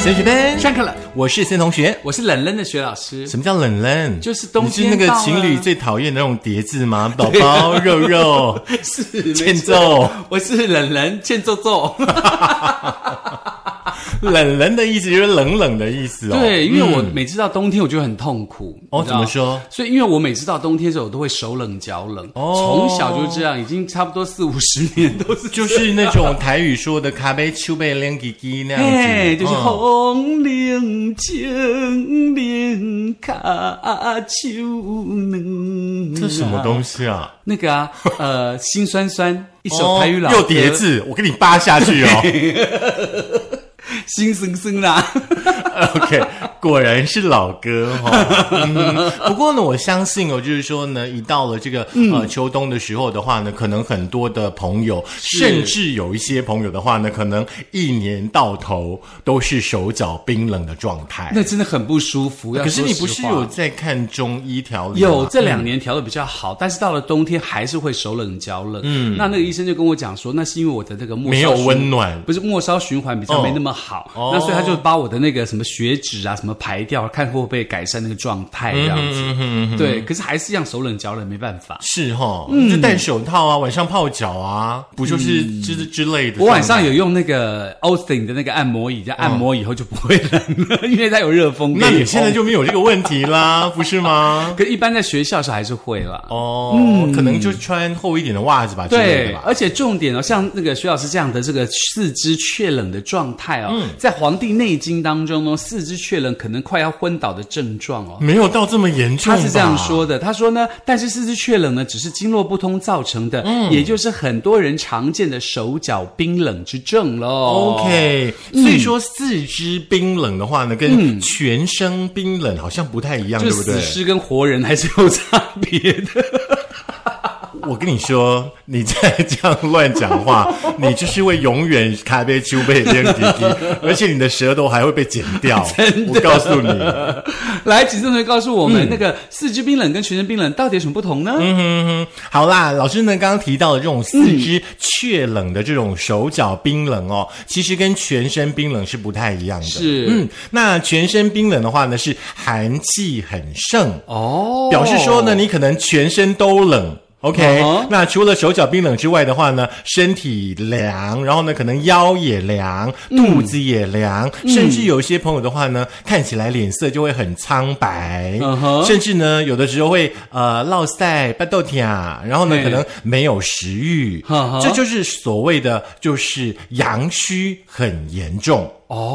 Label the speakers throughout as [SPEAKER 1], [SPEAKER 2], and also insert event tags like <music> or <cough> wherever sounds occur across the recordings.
[SPEAKER 1] 先学班
[SPEAKER 2] 上课了，
[SPEAKER 1] 我是先同学。
[SPEAKER 2] 我是冷冷的薛老师。
[SPEAKER 1] 什么叫冷冷？
[SPEAKER 2] 就是冬天
[SPEAKER 1] 你是那
[SPEAKER 2] 到
[SPEAKER 1] 个
[SPEAKER 2] 了
[SPEAKER 1] 情侣最讨厌的那种叠字吗？宝宝、肉肉、
[SPEAKER 2] 是
[SPEAKER 1] 欠，
[SPEAKER 2] 没
[SPEAKER 1] 揍
[SPEAKER 2] 错。我是冷冷欠揍揍。
[SPEAKER 1] 冷冷的意思就是冷冷的意思哦。
[SPEAKER 2] <laughs> 对，因为我每次到冬天，我就很痛苦。
[SPEAKER 1] 哦
[SPEAKER 2] 你知道
[SPEAKER 1] 怎么说？
[SPEAKER 2] 所以，因为我每次到冬天的时候，我都会手冷脚冷。
[SPEAKER 1] 哦
[SPEAKER 2] 从小就这样，已经差不多四五十年都是。
[SPEAKER 1] 就是那种台语说的咖啡秋贝len叽叽那样子，
[SPEAKER 2] <laughs> 哎，就是
[SPEAKER 1] 嗯
[SPEAKER 2] 红领青领卡秋能。
[SPEAKER 1] 这什么东西啊？
[SPEAKER 2] <laughs> 那个啊，呃，心酸酸，一首台语老
[SPEAKER 1] 哦
[SPEAKER 2] 歌
[SPEAKER 1] 又叠，字，我给你扒下去哦。
[SPEAKER 2] 心酸酸啦。 <laughs>
[SPEAKER 1] OK，果 <laughs> 然是老歌哈、嗯。不过呢，我相信哦，就是说呢，一到了这个、
[SPEAKER 2] 嗯
[SPEAKER 1] 呃秋冬的时候的话呢，可能很多的朋友，甚至有一些朋友的话呢，可能一年到头都是手脚冰冷的状态。
[SPEAKER 2] 那真的很不舒服。要
[SPEAKER 1] 可是
[SPEAKER 2] 说
[SPEAKER 1] 你不
[SPEAKER 2] 实
[SPEAKER 1] 是
[SPEAKER 2] 话
[SPEAKER 1] 有在看中医调理吗？
[SPEAKER 2] 有这两年调的比较好，
[SPEAKER 1] 嗯
[SPEAKER 2] 但是到了冬天还是会手冷脚冷。嗯，那那个医生就跟我讲说，那是因为我的那个末梢
[SPEAKER 1] 没有
[SPEAKER 2] 循
[SPEAKER 1] 温暖
[SPEAKER 2] 不是末梢循环比较没那么好，
[SPEAKER 1] 哦
[SPEAKER 2] 那所以他就把我的那个什么血脂啊什么排掉，看会不会改善那个状态这样
[SPEAKER 1] 嗯
[SPEAKER 2] 子。对，可是还是一样手冷脚冷，没办法。
[SPEAKER 1] 是啊哈、
[SPEAKER 2] 嗯
[SPEAKER 1] 就戴手套啊，晚上泡脚啊，不就是之、之类的？
[SPEAKER 2] 嗯我晚上有用那个 Austin 的那个按摩椅，这样按摩以后就不会冷了，因为它有热风给
[SPEAKER 1] 哦那
[SPEAKER 2] 我。
[SPEAKER 1] 你现在就没有这个问题啦，不是吗？
[SPEAKER 2] 可一般在学校的时候还是会啦。
[SPEAKER 1] 哦，可能就穿厚一点的袜子吧之类
[SPEAKER 2] 嗯对
[SPEAKER 1] 的，吧。
[SPEAKER 2] 而且重点哦，像那个徐老师这样的这个四肢却冷的状态哦，
[SPEAKER 1] 嗯
[SPEAKER 2] 在《黄帝内经》当中呢，四肢却冷可能快要昏倒的症状哦。
[SPEAKER 1] 没有到这么严重
[SPEAKER 2] 他
[SPEAKER 1] 吧，
[SPEAKER 2] 是这样说的，他说呢，但是四肢却冷呢，只是经络不通造成的，
[SPEAKER 1] 嗯
[SPEAKER 2] 也就是很多人常见的手脚冰冷之症喽。
[SPEAKER 1] OK，、所
[SPEAKER 2] 嗯
[SPEAKER 1] 以说四肢冰冷的话呢，跟全身冰冷好像不太一样，
[SPEAKER 2] 就
[SPEAKER 1] 对不对
[SPEAKER 2] 死？尸跟活人还是有差别的。
[SPEAKER 1] <laughs> 我跟你说，你再这样乱讲
[SPEAKER 2] <laughs>
[SPEAKER 1] 话，你就是会永远咖啡丘被扔滴滴，而且你的舌头还会被剪
[SPEAKER 2] <laughs>
[SPEAKER 1] 掉。我告诉你，
[SPEAKER 2] 来，请郑同学告诉我们，
[SPEAKER 1] 嗯
[SPEAKER 2] 那个四肢冰冷跟全身冰冷到底有什么不同呢？
[SPEAKER 1] 好啦，老师呢刚刚提到的这种四肢却冷的这种手脚冰冷哦，其实跟全身冰冷是不太一样的。
[SPEAKER 2] 是
[SPEAKER 1] 嗯，那全身冰冷的话呢，是寒气很盛，
[SPEAKER 2] 哦，
[SPEAKER 1] 表示说呢，你可能全身都冷。OK，、
[SPEAKER 2] 嗯哼
[SPEAKER 1] 那除了手脚冰冷之外的话呢，身体凉，然后呢，可能腰也凉，
[SPEAKER 2] 嗯
[SPEAKER 1] 肚子也凉，甚至有一些朋友的话呢，看起来脸色就会很苍白，
[SPEAKER 2] 嗯哼
[SPEAKER 1] 甚至呢，有的时候会呃落腮、巴豆甜，然后呢，
[SPEAKER 2] 嘿
[SPEAKER 1] 可能没有食欲，
[SPEAKER 2] 嗯哼
[SPEAKER 1] 这就是所谓的就是阳虚很严重。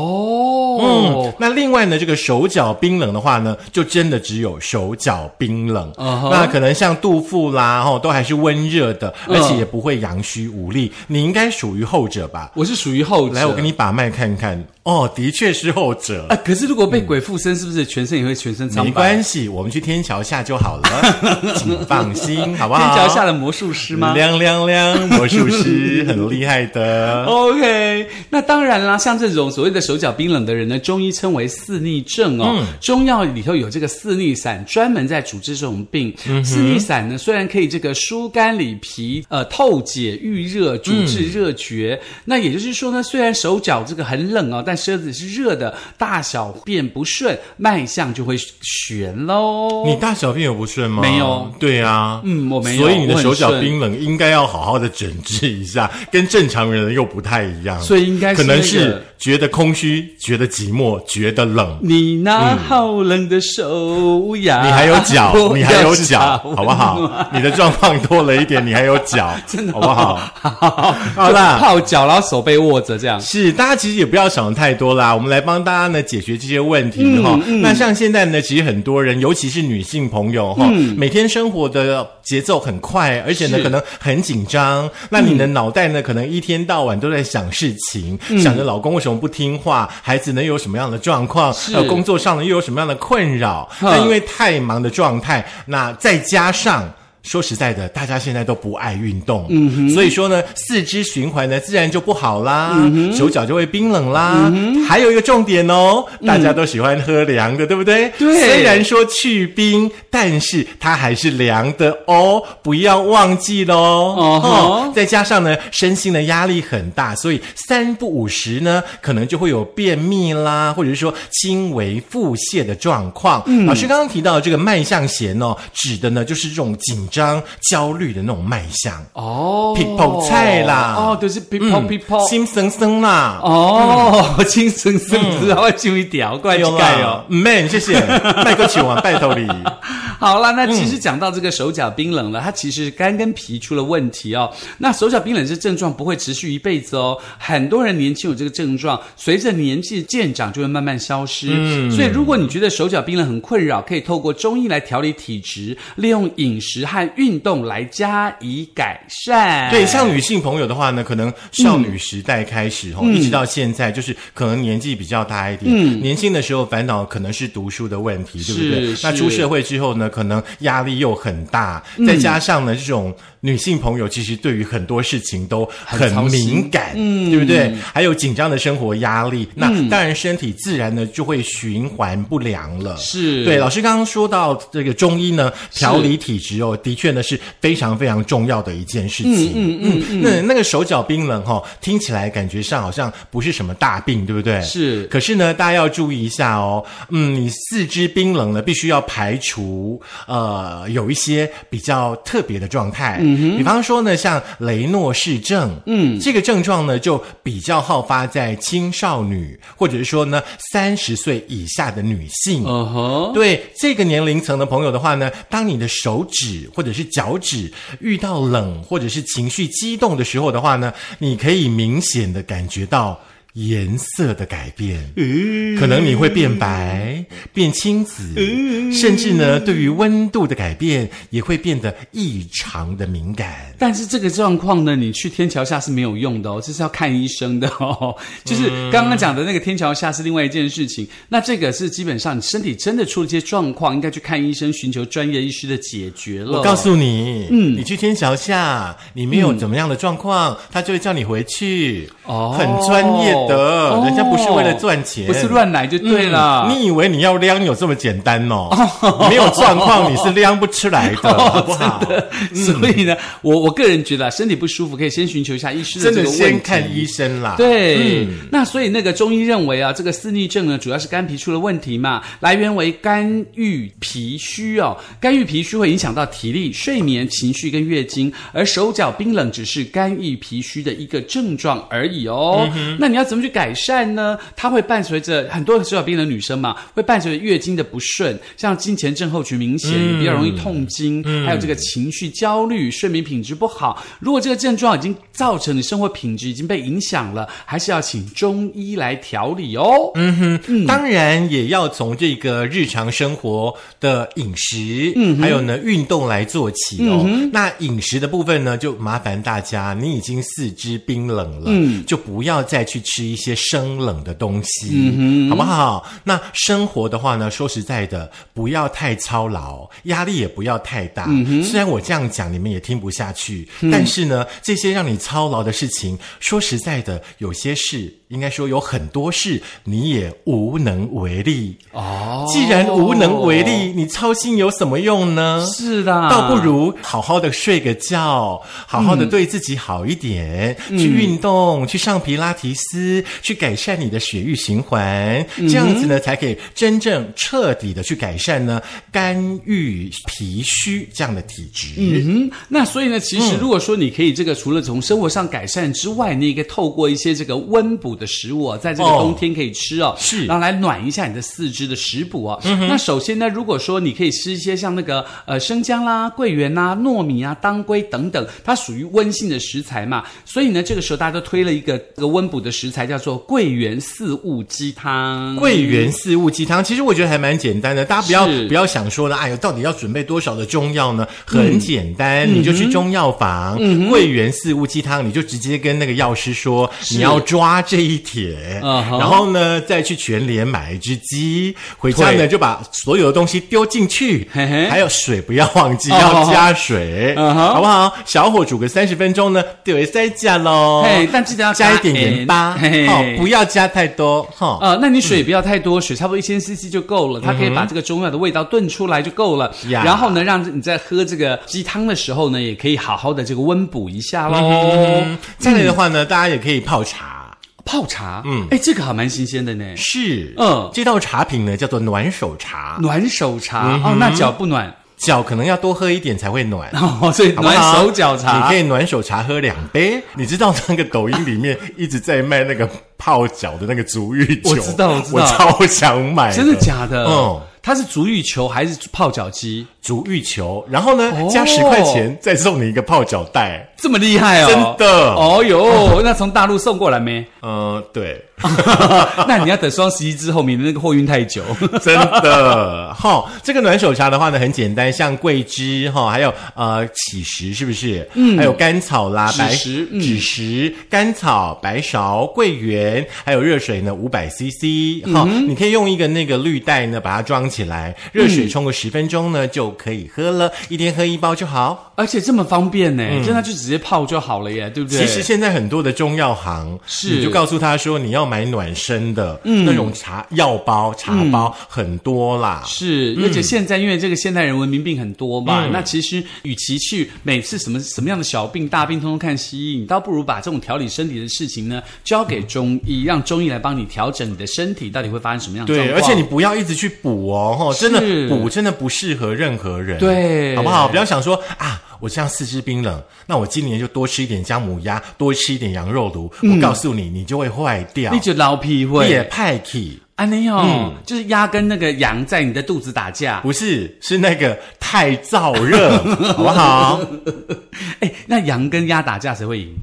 [SPEAKER 2] 哦，
[SPEAKER 1] 嗯，那另外呢，这个手脚冰冷的话呢，就真的只有手脚冰冷。
[SPEAKER 2] 嗯哼
[SPEAKER 1] 那可能像肚腹啦，哦，都还是温热的，
[SPEAKER 2] 嗯
[SPEAKER 1] 而且也不会阳虚无力。你应该属于后者吧？
[SPEAKER 2] 我是属于后者。
[SPEAKER 1] 来，我给你把脉看看。哦，的确是后者。
[SPEAKER 2] 啊，可是如果被鬼附身，是不是全身也会全身苍白？
[SPEAKER 1] 没关系，我们去天桥下就好
[SPEAKER 2] <laughs>
[SPEAKER 1] 了，请放心，好不好？
[SPEAKER 2] 天桥下的魔术师吗
[SPEAKER 1] 亮亮亮，魔术师很厉害的。
[SPEAKER 2] ？OK，那当然啦，像这种所谓的手脚冰冷的人呢，中医称为四逆症哦。
[SPEAKER 1] 嗯
[SPEAKER 2] 中药里头有这个四逆散，专门在处置这种病。
[SPEAKER 1] 嗯
[SPEAKER 2] 四逆散呢，虽然可以这个疏肝理脾、呃透解预热、主治热厥，那也就是说呢，虽然手脚这个很冷哦，但身子是热的，大小便不顺，脉象就会悬喽。
[SPEAKER 1] 你大小便有不顺吗？
[SPEAKER 2] 没有，
[SPEAKER 1] 对啊，
[SPEAKER 2] 嗯我没有
[SPEAKER 1] 所以你的
[SPEAKER 2] 我很
[SPEAKER 1] 手脚
[SPEAKER 2] 顺
[SPEAKER 1] 冰冷，应该要好好的整治一下，跟正常人又不太一样。
[SPEAKER 2] 所以应该是
[SPEAKER 1] 可能
[SPEAKER 2] 那个
[SPEAKER 1] 是觉得空虚，觉得寂寞，觉得冷。
[SPEAKER 2] 你那好冷的手呀！
[SPEAKER 1] 你还有
[SPEAKER 2] <laughs>
[SPEAKER 1] 脚，你还有脚，好不
[SPEAKER 2] 温暖？
[SPEAKER 1] 好？你的状况多了一点，你还有
[SPEAKER 2] <laughs>
[SPEAKER 1] 脚，真的好不好？
[SPEAKER 2] 好
[SPEAKER 1] 啦
[SPEAKER 2] 泡脚，然后手被握着这样。
[SPEAKER 1] 是，大家其实也不要想得太多啦，我们来帮大家呢解决这些问题哈、
[SPEAKER 2] 嗯
[SPEAKER 1] 那像现在呢，其实很多人，尤其是女性朋友哈、每天生活的节奏很快，而且呢
[SPEAKER 2] 嗯是
[SPEAKER 1] 可能很紧张。那你的脑袋呢，可能一天到晚都在想事情，
[SPEAKER 2] 嗯
[SPEAKER 1] 想着老公为什么不听话，孩子呢又有什么样的状况，呃
[SPEAKER 2] 是
[SPEAKER 1] 还有工作上呢又有什么样的困扰。
[SPEAKER 2] 哼
[SPEAKER 1] 那因为太忙的状态，那再加上。说实在的，大家现在都不爱运动，嗯、所以说呢，四肢循环呢自然就不好啦，手脚就会冰冷啦。还有一个重点哦，大家都喜欢喝凉的，对不对？
[SPEAKER 2] 对
[SPEAKER 1] 虽然说去冰，但是它还是凉的哦，不要忘记喽。
[SPEAKER 2] 哦吼
[SPEAKER 1] 再加上呢，身心的压力很大，所以三不五时呢，可能就会有便秘啦，或者是说轻微腹泻的状况。老师刚刚提到的这个脉象弦哦，指的呢就是这种紧张、焦虑的那种脉象，
[SPEAKER 2] 哦
[SPEAKER 1] 劈泡菜啦
[SPEAKER 2] 哦，就是 people people，、
[SPEAKER 1] 嗯心森森啦。
[SPEAKER 2] 哦，精神是不是会就一条怪
[SPEAKER 1] 哎
[SPEAKER 2] 就
[SPEAKER 1] 呦
[SPEAKER 2] 怪哦
[SPEAKER 1] 嗯啦。，man，谢谢，卖个球啊，拜托你。
[SPEAKER 2] 好啦，那
[SPEAKER 1] 嗯
[SPEAKER 2] 其实讲到这个手脚冰冷了，它其实肝跟脾出了问题哦。那手脚冰冷这症状不会持续一辈子哦，很多人年轻有这个症状，随着年纪渐长就会慢慢消失。
[SPEAKER 1] 嗯
[SPEAKER 2] 所以如果你觉得手脚冰冷很困扰，可以透过中医来调理体质，利用饮食和运动来加以改善。
[SPEAKER 1] 对，像女性朋友的话呢，可能少女时代开始吼，
[SPEAKER 2] 嗯
[SPEAKER 1] 一直到现在，就是可能年纪比较大一点。年轻的时候烦恼可能是读书的问题，对不对
[SPEAKER 2] 是？嗯
[SPEAKER 1] 那出社会之后呢，可能压力又很大，再加上呢，这种女性朋友其实对于很多事情都很
[SPEAKER 2] 很操心
[SPEAKER 1] 敏感，嗯，对不对？还有紧张的生活压力，那
[SPEAKER 2] 嗯
[SPEAKER 1] 当然身体自然呢就会循环不良了。
[SPEAKER 2] 是
[SPEAKER 1] 对，老师刚刚说到这个中医呢，调理体质哦，的确呢是非常非常重要的一件事情。嗯嗯嗯那那个手脚冰冷哈、哦，听起来感觉上好像不是什么大病，对不对？
[SPEAKER 2] 是
[SPEAKER 1] 可是呢，大家要注意一下哦。嗯，你四肢冰冷呢，必须要排除呃有一些比较特别的状态。嗯比方说呢，像雷诺氏症，嗯，这个症状呢就比较好发在青少女，或者是说呢三十岁以下的女性。
[SPEAKER 2] 嗯哼。
[SPEAKER 1] 对这个年龄层的朋友的话呢，当你的手指或者是脚趾遇到冷或者是情绪激动的时候的话呢，你可以明显的感觉到。颜色的改变，
[SPEAKER 2] 嗯
[SPEAKER 1] 可能你会变白、变青紫，
[SPEAKER 2] 嗯
[SPEAKER 1] 甚至呢，对于温度的改变也会变得异常的敏感。
[SPEAKER 2] 但是这个状况呢，你去天桥下是没有用的哦，这是要看医生的哦。 <laughs> 就是
[SPEAKER 1] 嗯
[SPEAKER 2] 刚刚讲的那个天桥下是另外一件事情，那这个是基本上你身体真的出了一些状况，应该去看医生，寻求专业医师的解决了。
[SPEAKER 1] 我告诉你，嗯，你去天桥下，你没有怎么样的状况，他就会叫你回去，
[SPEAKER 2] 哦
[SPEAKER 1] 很专业的，
[SPEAKER 2] 哦
[SPEAKER 1] 人家不是为了赚钱，
[SPEAKER 2] 不是乱来就对了。
[SPEAKER 1] 嗯你以为你要量有这么简单哦？ <laughs> 没有状况你是量不出来 <laughs> 的，好不好？嗯
[SPEAKER 2] <laughs> 所以呢，我我个人觉得、啊、身体不舒服可以先寻求一下医师的
[SPEAKER 1] 真
[SPEAKER 2] 这
[SPEAKER 1] 的
[SPEAKER 2] 个问题。
[SPEAKER 1] 先看医生啦。
[SPEAKER 2] 对，啊嗯那所以那个中医认为啊，这个四逆症呢，主要是肝脾出了问题嘛，来源为肝郁脾虚哦。肝郁脾虚会影响到体力、睡眠、情绪跟月经，而手脚冰冷只是肝郁脾虚的一个症状而已哦。那你要怎么去改善呢？它会伴随着很多手脚冰冷女生嘛，会伴随着月经的不顺，像经前症候群明显，
[SPEAKER 1] 嗯
[SPEAKER 2] 也比较容易痛经，还有这个情绪焦虑、睡眠品质不好。如果这个症状已经造成你生活品质已经被影响了，还是要请中医来调理哦。嗯，
[SPEAKER 1] 当然也要从这个日常生活的饮食，嗯，还有呢运动来做起哦。那饮食的部分呢，就麻烦大家，你已经四肢冰冷了，嗯，就不要再去吃一些生冷的东西，嗯好不好？那生活的话呢，说实在的，不要太操劳，压力也不要太大。
[SPEAKER 2] 嗯
[SPEAKER 1] 虽然我这样讲你们也听不下去，但是呢，这些让你操劳的事情，说实在的，有些事应该说有很多事你也无能为力。
[SPEAKER 2] 哦
[SPEAKER 1] 既然无能为力，你操心有什么用呢？
[SPEAKER 2] 是啦，
[SPEAKER 1] 倒不如好好的睡个觉，好好的对自己好一点，去运动，去上皮拉提斯，去改善你的血液循环，这样子呢，才可以真正彻底的去改善呢肝郁脾虚这样的体质。
[SPEAKER 2] 嗯，那所以呢，其
[SPEAKER 1] 嗯
[SPEAKER 2] 实如果说你可以这个除了从生活上改善之外，你也可以透过一些这个温补的食物、哦，在这个
[SPEAKER 1] 哦
[SPEAKER 2] 冬天可以吃哦，
[SPEAKER 1] 是嗯
[SPEAKER 2] 然后来暖一下你的四肢的食补哦。那首先呢，如果说你可以吃一些像那个呃生姜啦、桂圆啦、糯米啊、当归等等，它属于温性的食材嘛，所以呢，这个时候大家都推了一个这个温补的食材叫做桂圆四物鸡汤。
[SPEAKER 1] 桂圆四物鸡汤，其实我觉得还蛮简单的，大家不要
[SPEAKER 2] 是
[SPEAKER 1] 不要想说呢，哎呦，到底要准备多少的中药呢？
[SPEAKER 2] 嗯
[SPEAKER 1] 很简单，你就去中药房，桂圆四物鸡汤，你就直接跟那个药师说你要抓这一帖，
[SPEAKER 2] 嗯哼
[SPEAKER 1] 然后呢再去全联买一只鸡，回家
[SPEAKER 2] 对
[SPEAKER 1] 呢就把所有的东西丢进去，
[SPEAKER 2] 嘿嘿
[SPEAKER 1] 还有水不要忘记
[SPEAKER 2] 哦
[SPEAKER 1] 要加水，
[SPEAKER 2] 嗯哼
[SPEAKER 1] 好不好？小火煮个三十分钟呢，就会再加喽
[SPEAKER 2] 嘿，但记得要
[SPEAKER 1] 加一
[SPEAKER 2] 加
[SPEAKER 1] 点盐
[SPEAKER 2] 盐
[SPEAKER 1] 巴，
[SPEAKER 2] 嘿
[SPEAKER 1] 哦，不要加太多，哈。
[SPEAKER 2] 呃，那你水不要太多，水差不多一千 CC 就够了，它可以把这个中药的味道炖出来就够了。
[SPEAKER 1] 嗯呀
[SPEAKER 2] 然后呢，让你在喝这个鸡汤的时候呢，也可以好好的这个温补一下喽。嗯
[SPEAKER 1] 哦，再来的话呢，大家也可以泡茶。
[SPEAKER 2] 泡茶，嗯，哎，这个还蛮新鲜的呢，
[SPEAKER 1] 是，
[SPEAKER 2] 嗯
[SPEAKER 1] 这道茶品呢叫做暖手茶，
[SPEAKER 2] 暖手茶、
[SPEAKER 1] 嗯
[SPEAKER 2] 哦，那脚不暖，
[SPEAKER 1] 脚可能要多喝一点才会暖。
[SPEAKER 2] 哦，所以
[SPEAKER 1] 好不好
[SPEAKER 2] 暖手脚茶
[SPEAKER 1] 你可以暖手茶喝两杯。你知道那个抖音里面一直在卖那个泡脚的那个足浴酒，
[SPEAKER 2] 我知道我知道
[SPEAKER 1] 超想买，
[SPEAKER 2] 真的假的？
[SPEAKER 1] 嗯
[SPEAKER 2] 它是足浴球还是泡脚机？
[SPEAKER 1] 足浴球，然后呢、
[SPEAKER 2] 哦
[SPEAKER 1] 加十块钱再送你一个泡脚袋。
[SPEAKER 2] 这么厉害哦！
[SPEAKER 1] 真的
[SPEAKER 2] 哦哟，那从大陆送过来没？
[SPEAKER 1] 嗯、对。
[SPEAKER 2] 那你要等双十一之后，免得那个货运太久。 <laughs>
[SPEAKER 1] 真的，哈、这个暖手茶的话呢，很简单，像桂枝哈、还有呃杞实是不是？嗯，还有甘草啦，
[SPEAKER 2] 枳
[SPEAKER 1] 白
[SPEAKER 2] 实嗯
[SPEAKER 1] 枳实、甘草、白芍、桂圆，还有热水呢，五百 CC
[SPEAKER 2] 嗯
[SPEAKER 1] 哈、你可以用一个那个绿袋呢，把它装起来，热水冲个十分钟呢、就可以喝了，一天喝一包就好。
[SPEAKER 2] 而且这么方便呢，真的就直接泡就好了耶，对不对？
[SPEAKER 1] 嗯其实现在很多的中药行，
[SPEAKER 2] 是嗯
[SPEAKER 1] 你就告诉他说你要买暖身的、那种茶药包、茶包、很多啦。
[SPEAKER 2] 是，而且现在因为这个现代人文明病很多嘛，那其
[SPEAKER 1] 嗯
[SPEAKER 2] 实与其去每次什么什么样的小病大病通通看西医，你倒不如把这种调理身体的事情呢交给中医，让中医来帮你调整你的身体到底会发生什么样的状
[SPEAKER 1] 对，
[SPEAKER 2] 况。
[SPEAKER 1] 而且你不要一直去补哦，吼，真
[SPEAKER 2] 是
[SPEAKER 1] 的补真的不适合任何人，
[SPEAKER 2] 对
[SPEAKER 1] 好不好？不要想说啊，我这样四肢冰冷，那我今年就多吃一点姜母鸭，多吃一点羊肉炉。我告诉你，你就会坏掉
[SPEAKER 2] 嗯你，就老脾
[SPEAKER 1] 也
[SPEAKER 2] 会
[SPEAKER 1] 派气，
[SPEAKER 2] 啊那样、
[SPEAKER 1] 嗯
[SPEAKER 2] 就是鸭跟那个羊在你的肚子打架。 <laughs>
[SPEAKER 1] 不是是那个太燥热，好不好？
[SPEAKER 2] 哎，那羊跟鸭打架谁会赢？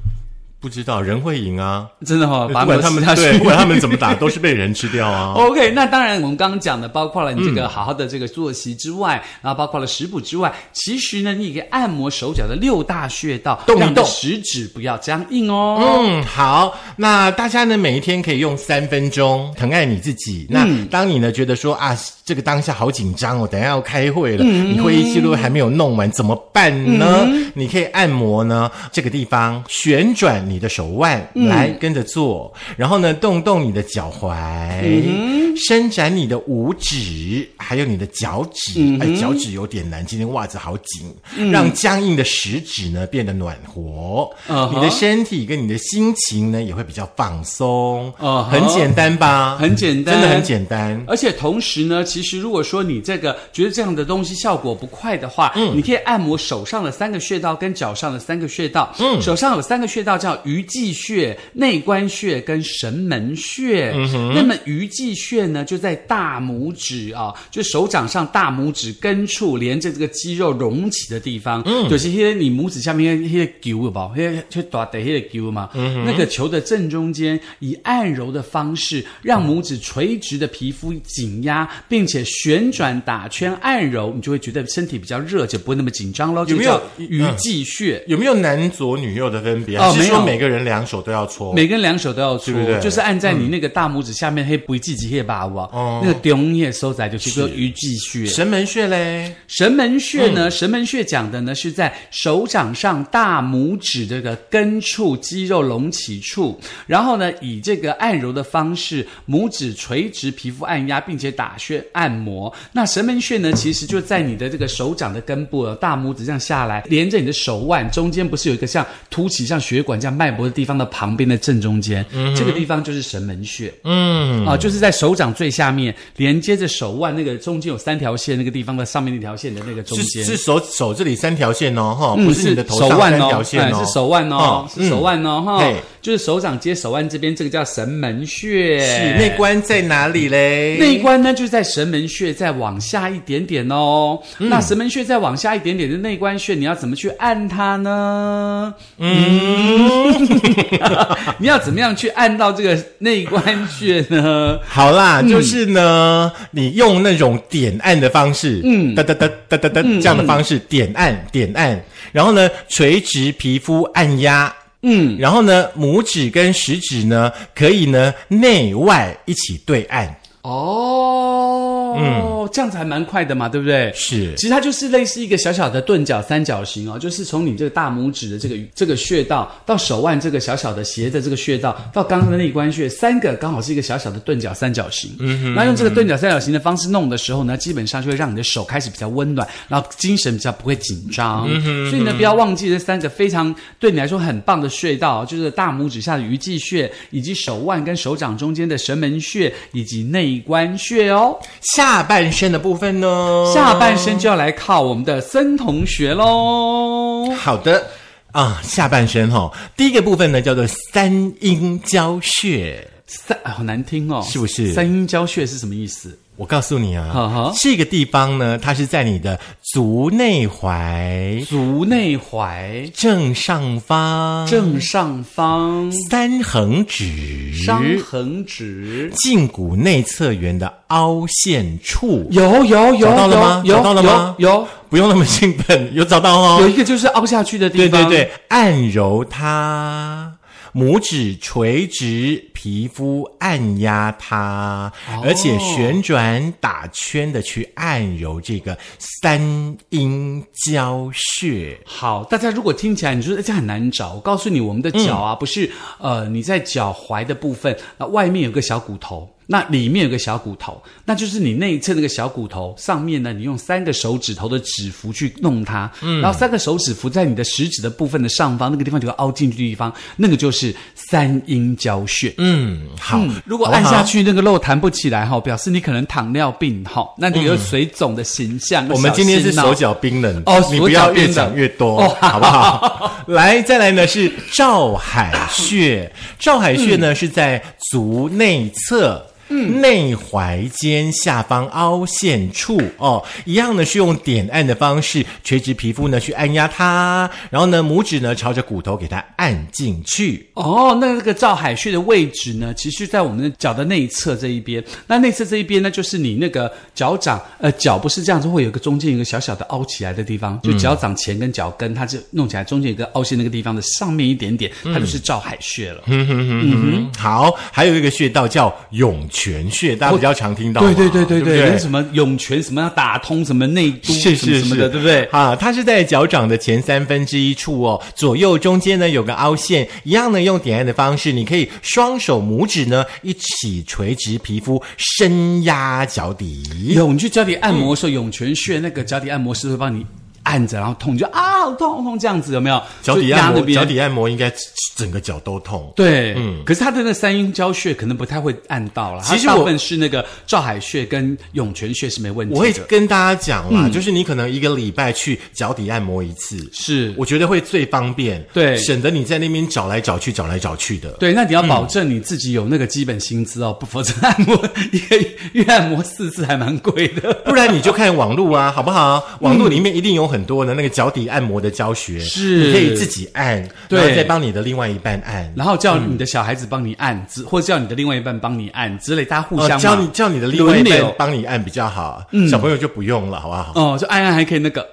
[SPEAKER 1] 不知道人会赢啊，
[SPEAKER 2] 真的哦，
[SPEAKER 1] 不
[SPEAKER 2] 把
[SPEAKER 1] 管他
[SPEAKER 2] 们
[SPEAKER 1] 们
[SPEAKER 2] 吃下去
[SPEAKER 1] 对，不管他们怎么打，都是被人吃掉啊。嗯
[SPEAKER 2] OK，那当然，我们刚刚讲的，包括了你这个好好的这个作息之外，然后包括了食补之外，其实呢，你也可以按摩手脚的六大穴道，
[SPEAKER 1] 动一
[SPEAKER 2] 让你的
[SPEAKER 1] 动
[SPEAKER 2] 食指不要僵硬哦。
[SPEAKER 1] 嗯，好，那大家呢，每一天可以用三分钟疼爱你自己。
[SPEAKER 2] 嗯
[SPEAKER 1] 那当你呢觉得说啊，这个当下好紧张哦，等一下要开会了，
[SPEAKER 2] 嗯
[SPEAKER 1] 你会议记录还没有弄完，怎么办呢？你可以按摩呢这个地方，旋转你的手腕，
[SPEAKER 2] 嗯
[SPEAKER 1] 来跟着做，然后呢动动你的脚踝，
[SPEAKER 2] 嗯
[SPEAKER 1] 伸展你的五指，还有你的脚趾。
[SPEAKER 2] 嗯
[SPEAKER 1] 哎，脚趾有点难，今天袜子好紧，让僵硬的食指呢变得暖和。
[SPEAKER 2] 嗯哼
[SPEAKER 1] 你的身体跟你的心情呢也会比较放松，
[SPEAKER 2] 啊哈
[SPEAKER 1] 很简单吧？
[SPEAKER 2] 很简单
[SPEAKER 1] 真的很简单。
[SPEAKER 2] 而且同时呢，其实如果说你这个觉得这样的东西效果不快的话，嗯，你可以按摩手上的三个穴道跟脚上的三个穴道。嗯，手上有三个穴道叫鱼际穴、内关穴跟神门穴。嗯哼，那么鱼际穴呢就在大拇指啊、就手掌上大拇指根处连着这个肌肉隆起的地方。嗯，就是那些你拇指下面那些那个球有吧，那个就打的那个球嘛。嗯，那个球的正中间以按揉的方式让拇指垂直的皮肤紧压，并且旋转打圈按揉，你就会觉得身体比较热，就不会那么紧张喽。
[SPEAKER 1] 有没嗯有
[SPEAKER 2] 这个叫鱼际穴？
[SPEAKER 1] 有没有男左女右的分别？
[SPEAKER 2] 哦
[SPEAKER 1] 还是
[SPEAKER 2] 没有
[SPEAKER 1] 说每个人两手都要搓？
[SPEAKER 2] 每个人两手都要
[SPEAKER 1] 对
[SPEAKER 2] 搓，
[SPEAKER 1] 不对嗯
[SPEAKER 2] 就是按在你那个大拇指下面，黑不自己黑把握，
[SPEAKER 1] 哦
[SPEAKER 2] 那个中叶收窄就是个鱼际穴。
[SPEAKER 1] 神门穴嘞，
[SPEAKER 2] 神门穴呢，神门穴讲的呢是在手掌上大拇指这个根处肌肉隆起处，然后呢以这个按揉的方式，拇指垂直皮肤按压，并且打穴按摩。那神门穴呢，其实就在你的这个手掌的根部，大拇指这样下来，连着你的手腕中间，不是有一个像凸起像血管这样脉搏的地方的旁边的正中间，这个地方就是神门穴。
[SPEAKER 1] 嗯，
[SPEAKER 2] 啊，就是在手掌最下面连接着手腕那个中间有三条线那个地方的上面那条线的那个中
[SPEAKER 1] 是
[SPEAKER 2] 间，嗯
[SPEAKER 1] 是手手这里三条线哦，哈，不是你的头
[SPEAKER 2] 手
[SPEAKER 1] 上
[SPEAKER 2] 腕
[SPEAKER 1] 三
[SPEAKER 2] 哦，
[SPEAKER 1] 条线哦，
[SPEAKER 2] 哎是手腕哦，
[SPEAKER 1] 嗯
[SPEAKER 2] 是手腕哦，哈、
[SPEAKER 1] 嘿
[SPEAKER 2] 就是手掌接手腕这边，这个叫神门穴。
[SPEAKER 1] 是内关在哪里嘞？
[SPEAKER 2] 内关呢，就是在神门穴再往下一点点哦。
[SPEAKER 1] 嗯
[SPEAKER 2] 那神门穴再往下一点点的内关穴，你要怎么去按它呢？
[SPEAKER 1] 嗯，
[SPEAKER 2] <laughs> 你要怎么样去按到这个内关穴呢？
[SPEAKER 1] 好
[SPEAKER 2] 嗯
[SPEAKER 1] 啦，就是呢，你用那种点按的方式，嗯，哒哒哒哒哒哒这样的方式
[SPEAKER 2] 嗯
[SPEAKER 1] 点按点按，然后呢，垂直皮肤按压。嗯，然后呢，拇指跟食指呢，可以呢内外一起对按，
[SPEAKER 2] 哦，这样子还蛮快的嘛，对不对？
[SPEAKER 1] 是
[SPEAKER 2] 其实它就是类似一个小小的钝角三角形哦，就是从你这个大拇指的这个这个穴道到手腕这个小小的斜的这个穴道到刚刚的内关穴，三个刚好是一个小小的钝角三角形。嗯哼，那用这个钝角三角形的方式弄的时候呢，基本上就会让你的手开始比较温暖，然后精神比较不会紧张。嗯哼，所以呢，不要忘记这三个非常对你来说很棒的穴道，哦就是大拇指下的鱼际穴，以及手腕跟手掌中间的神门穴，以及内关穴哦。
[SPEAKER 1] 下半身的部分哦呢？
[SPEAKER 2] 下半身就要来靠我们的森同学喽。
[SPEAKER 1] 好的啊，下半身哈、第一个部分呢叫做三阴交穴。
[SPEAKER 2] 三、哎好难听哦，
[SPEAKER 1] 是不是
[SPEAKER 2] 三阴交穴是什么意思？
[SPEAKER 1] 我告诉你啊，
[SPEAKER 2] 好好
[SPEAKER 1] 这个地方呢，它是在你的足内踝
[SPEAKER 2] 足内踝
[SPEAKER 1] 正上方，
[SPEAKER 2] 正上方
[SPEAKER 1] 三横指
[SPEAKER 2] 伤痕指。
[SPEAKER 1] 胫骨内侧缘的凹陷处。
[SPEAKER 2] 有有有
[SPEAKER 1] 找到了吗
[SPEAKER 2] 有
[SPEAKER 1] 找
[SPEAKER 2] 有
[SPEAKER 1] 到了吗
[SPEAKER 2] 有有
[SPEAKER 1] 不用那么兴奋， <laughs> 有找到哦。
[SPEAKER 2] 有一个就是凹下去的地
[SPEAKER 1] 对
[SPEAKER 2] 方，
[SPEAKER 1] 对对，按揉它，拇指垂直皮肤按压它，而且旋转打圈的去按揉这个三阴交穴。
[SPEAKER 2] 好，大家如果听起来你说哎这很难找，我告诉你，我们的脚啊，不是
[SPEAKER 1] 嗯
[SPEAKER 2] 呃你在脚踝的部分，那外面有个小骨头，那里面有个小骨头，那就是你内侧那个小骨头上面呢，你用三个手指头的指腹去弄它，
[SPEAKER 1] 嗯
[SPEAKER 2] 然后三个手指腹在你的食指的部分的上方那个地方就有凹进去的地方，那个就是三阴交穴。
[SPEAKER 1] 嗯，好，
[SPEAKER 2] 如果
[SPEAKER 1] 好不
[SPEAKER 2] 按
[SPEAKER 1] 好
[SPEAKER 2] 下。去那个肉弹不起来哈、表示你可能糖尿病哈、那你有水肿的形象。
[SPEAKER 1] 我们今天是
[SPEAKER 2] 小心哦
[SPEAKER 1] 手脚冰冷
[SPEAKER 2] 哦
[SPEAKER 1] 你不要
[SPEAKER 2] 手脚冰
[SPEAKER 1] 越
[SPEAKER 2] 冷
[SPEAKER 1] 讲越多，
[SPEAKER 2] 哦
[SPEAKER 1] <laughs> 好不好？ <laughs> 嗯来，再来呢是照海穴，照海穴呢、是在足内侧。内踝尖下方凹陷处哦，一样呢是用点按的方式，垂直皮肤呢去按压它，然后呢拇指呢朝着骨头给它按进去。
[SPEAKER 2] 哦，那这个照海穴的位置呢，其实就在我们的脚的内侧这一边。那内侧这一边呢，就是你那个脚掌，呃，脚不是这样子，会有一个中间有一个小小的凹起来的地方，
[SPEAKER 1] 嗯
[SPEAKER 2] 就脚掌前跟脚跟，它是弄起来中间有一个凹陷那个地方的上面一点点，它就是照海穴了。
[SPEAKER 1] 嗯哼，好，还有一个穴道叫涌泉穴，大家比较常听到嘛、
[SPEAKER 2] 对对对对
[SPEAKER 1] 哦对不
[SPEAKER 2] 对，那什么涌泉什么要打通什么内都
[SPEAKER 1] 是
[SPEAKER 2] 什么
[SPEAKER 1] 是
[SPEAKER 2] 什么
[SPEAKER 1] 是
[SPEAKER 2] 的，对不对？
[SPEAKER 1] 啊，它是在脚掌的前三分之一处哦，左右中间呢有个凹陷，一样呢用点按的方式，你可以双手拇指呢一起垂直皮肤，深压脚底。
[SPEAKER 2] 有，你去脚底按摩的时候，涌泉穴那个脚底按摩师会帮你按着，然后痛，你就啊好痛好痛这样子，有没有？
[SPEAKER 1] 脚底
[SPEAKER 2] 就压
[SPEAKER 1] 按
[SPEAKER 2] 那
[SPEAKER 1] 摩，
[SPEAKER 2] 边
[SPEAKER 1] 脚底按摩应该整个脚都痛。
[SPEAKER 2] 对，可是他的那三阴交穴可能不太会按到了，
[SPEAKER 1] 嗯其实
[SPEAKER 2] 它大部
[SPEAKER 1] 我
[SPEAKER 2] 分是那个照海穴跟涌泉穴是没问题的。
[SPEAKER 1] 我会跟大家讲啦，就是你可能一个礼拜去脚底按摩一次，
[SPEAKER 2] 嗯是
[SPEAKER 1] 我觉得会最方便，
[SPEAKER 2] 对
[SPEAKER 1] 省得你在那边找来找去，找来找去的。
[SPEAKER 2] 对，那你要保证你自己有那个基本薪资
[SPEAKER 1] 嗯
[SPEAKER 2] 哦，不否则按摩 <laughs> 一个月按摩四次还蛮贵的。
[SPEAKER 1] <laughs> 不然你就看网络啊，好不好？网络里面一定有很多的那个脚底按摩的教学，
[SPEAKER 2] 是
[SPEAKER 1] 你可以自己按，
[SPEAKER 2] 嗯对
[SPEAKER 1] 然后再帮你的另外一半按，
[SPEAKER 2] 然后叫你的小孩子帮你按，之或者叫你的另外一半帮你按之类，大家互
[SPEAKER 1] 哦
[SPEAKER 2] 相嘛、
[SPEAKER 1] 叫你叫你的另外一
[SPEAKER 2] 轮
[SPEAKER 1] 半
[SPEAKER 2] 流嗯
[SPEAKER 1] 帮你按比较好，小朋友就不用了，好不
[SPEAKER 2] <laughs>
[SPEAKER 1] 好？
[SPEAKER 2] 哦，就按按还可以那个，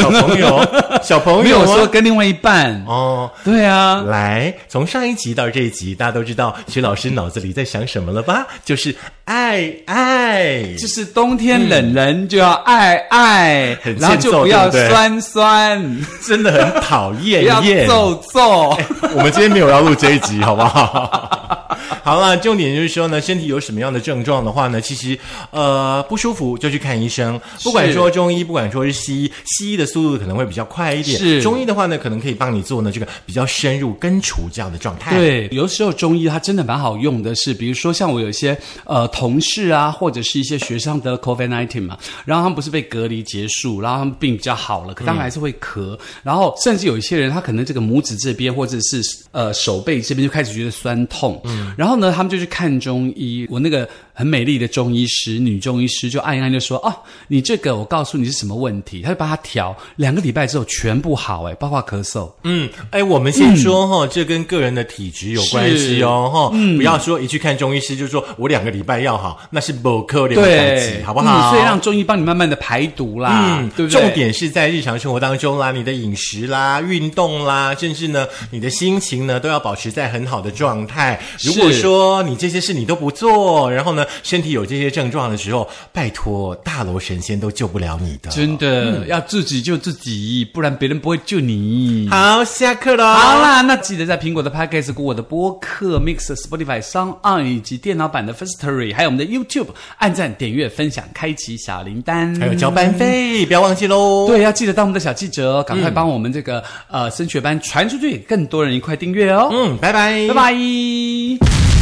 [SPEAKER 1] 小朋友， <laughs> 小朋
[SPEAKER 2] 没有
[SPEAKER 1] 友
[SPEAKER 2] 说
[SPEAKER 1] 啊
[SPEAKER 2] 跟另外一半。
[SPEAKER 1] 哦。
[SPEAKER 2] 对啊，
[SPEAKER 1] 来，从上一集到这一集，大家都知道徐老师脑子里在想什么了吧？就是爱爱，
[SPEAKER 2] 就是冬天冷人就要爱爱，
[SPEAKER 1] 很
[SPEAKER 2] 然后
[SPEAKER 1] 欠
[SPEAKER 2] 就
[SPEAKER 1] 揍
[SPEAKER 2] 不要
[SPEAKER 1] 对不对
[SPEAKER 2] 酸酸，
[SPEAKER 1] 真的很讨 <laughs> 厌，
[SPEAKER 2] 不要
[SPEAKER 1] 厌
[SPEAKER 2] 揍揍。
[SPEAKER 1] <laughs> 我们今天没有要录这一集，好不好？ <laughs> 好啦，重点就是说呢，身体有什么样的症状的话呢，其实呃不舒服就去看医生，不管说中医，不管说是西医，西医的速度可能会比较快一点，
[SPEAKER 2] 是
[SPEAKER 1] 中医的话呢，可能可以帮你做呢这个比较深入根除这样的状态。，
[SPEAKER 2] 对，有时候中医它真的蛮好用的是，比如说像我有一些呃同事啊，或者是一些学生得了 COVID nineteen 嘛，然后他们不是被隔离结束，然后他们病比较好了，可他们还是会咳，然后甚至有一些人他可能这个拇指这边或者是呃手背这边就开始觉得酸痛，然后后呢，他们就去看中医。我那个很美丽的中医师，女中医师就按一按就说：“哦，你这个我告诉你是什么问题。”他就帮他调，两个礼拜之后全部好，哎，包括咳嗽。
[SPEAKER 1] 嗯，哎，我们先说哈、这跟个人的体质有关系哦，哈、不要说一去看中医师就说我两个礼拜要好，那是不可能的事
[SPEAKER 2] 对，
[SPEAKER 1] 情，好不好？
[SPEAKER 2] 嗯所以让中医帮你慢慢的排毒啦，
[SPEAKER 1] 嗯，
[SPEAKER 2] 啊对不对？
[SPEAKER 1] 重点是在日常生活当中啊啦，你的饮食啦、运动啦，甚至呢，你的心情呢，都要保持在很好的状态。如果说你这些事你都不做，然后呢，身体有这些症状的时候，拜托，大罗神仙都救不了你的。
[SPEAKER 2] 真的、要自己救自己，不然别人不会救你。
[SPEAKER 1] 好，下课喽。
[SPEAKER 2] 好啦，那记得在苹果的 Podcast、跟我的播客 Mix、Spotify、s o n On 以及电脑版的 Firstory，还有我们的 YouTube，按赞、点阅、分享、开启小铃铛，
[SPEAKER 1] 还有交班费，不要忘记喽。
[SPEAKER 2] 对，要记得当我们的小记者哦，赶快帮我们这个、呃升学班传出去，给更多人一块订阅哦。
[SPEAKER 1] 嗯嗯，拜拜，
[SPEAKER 2] 拜。拜。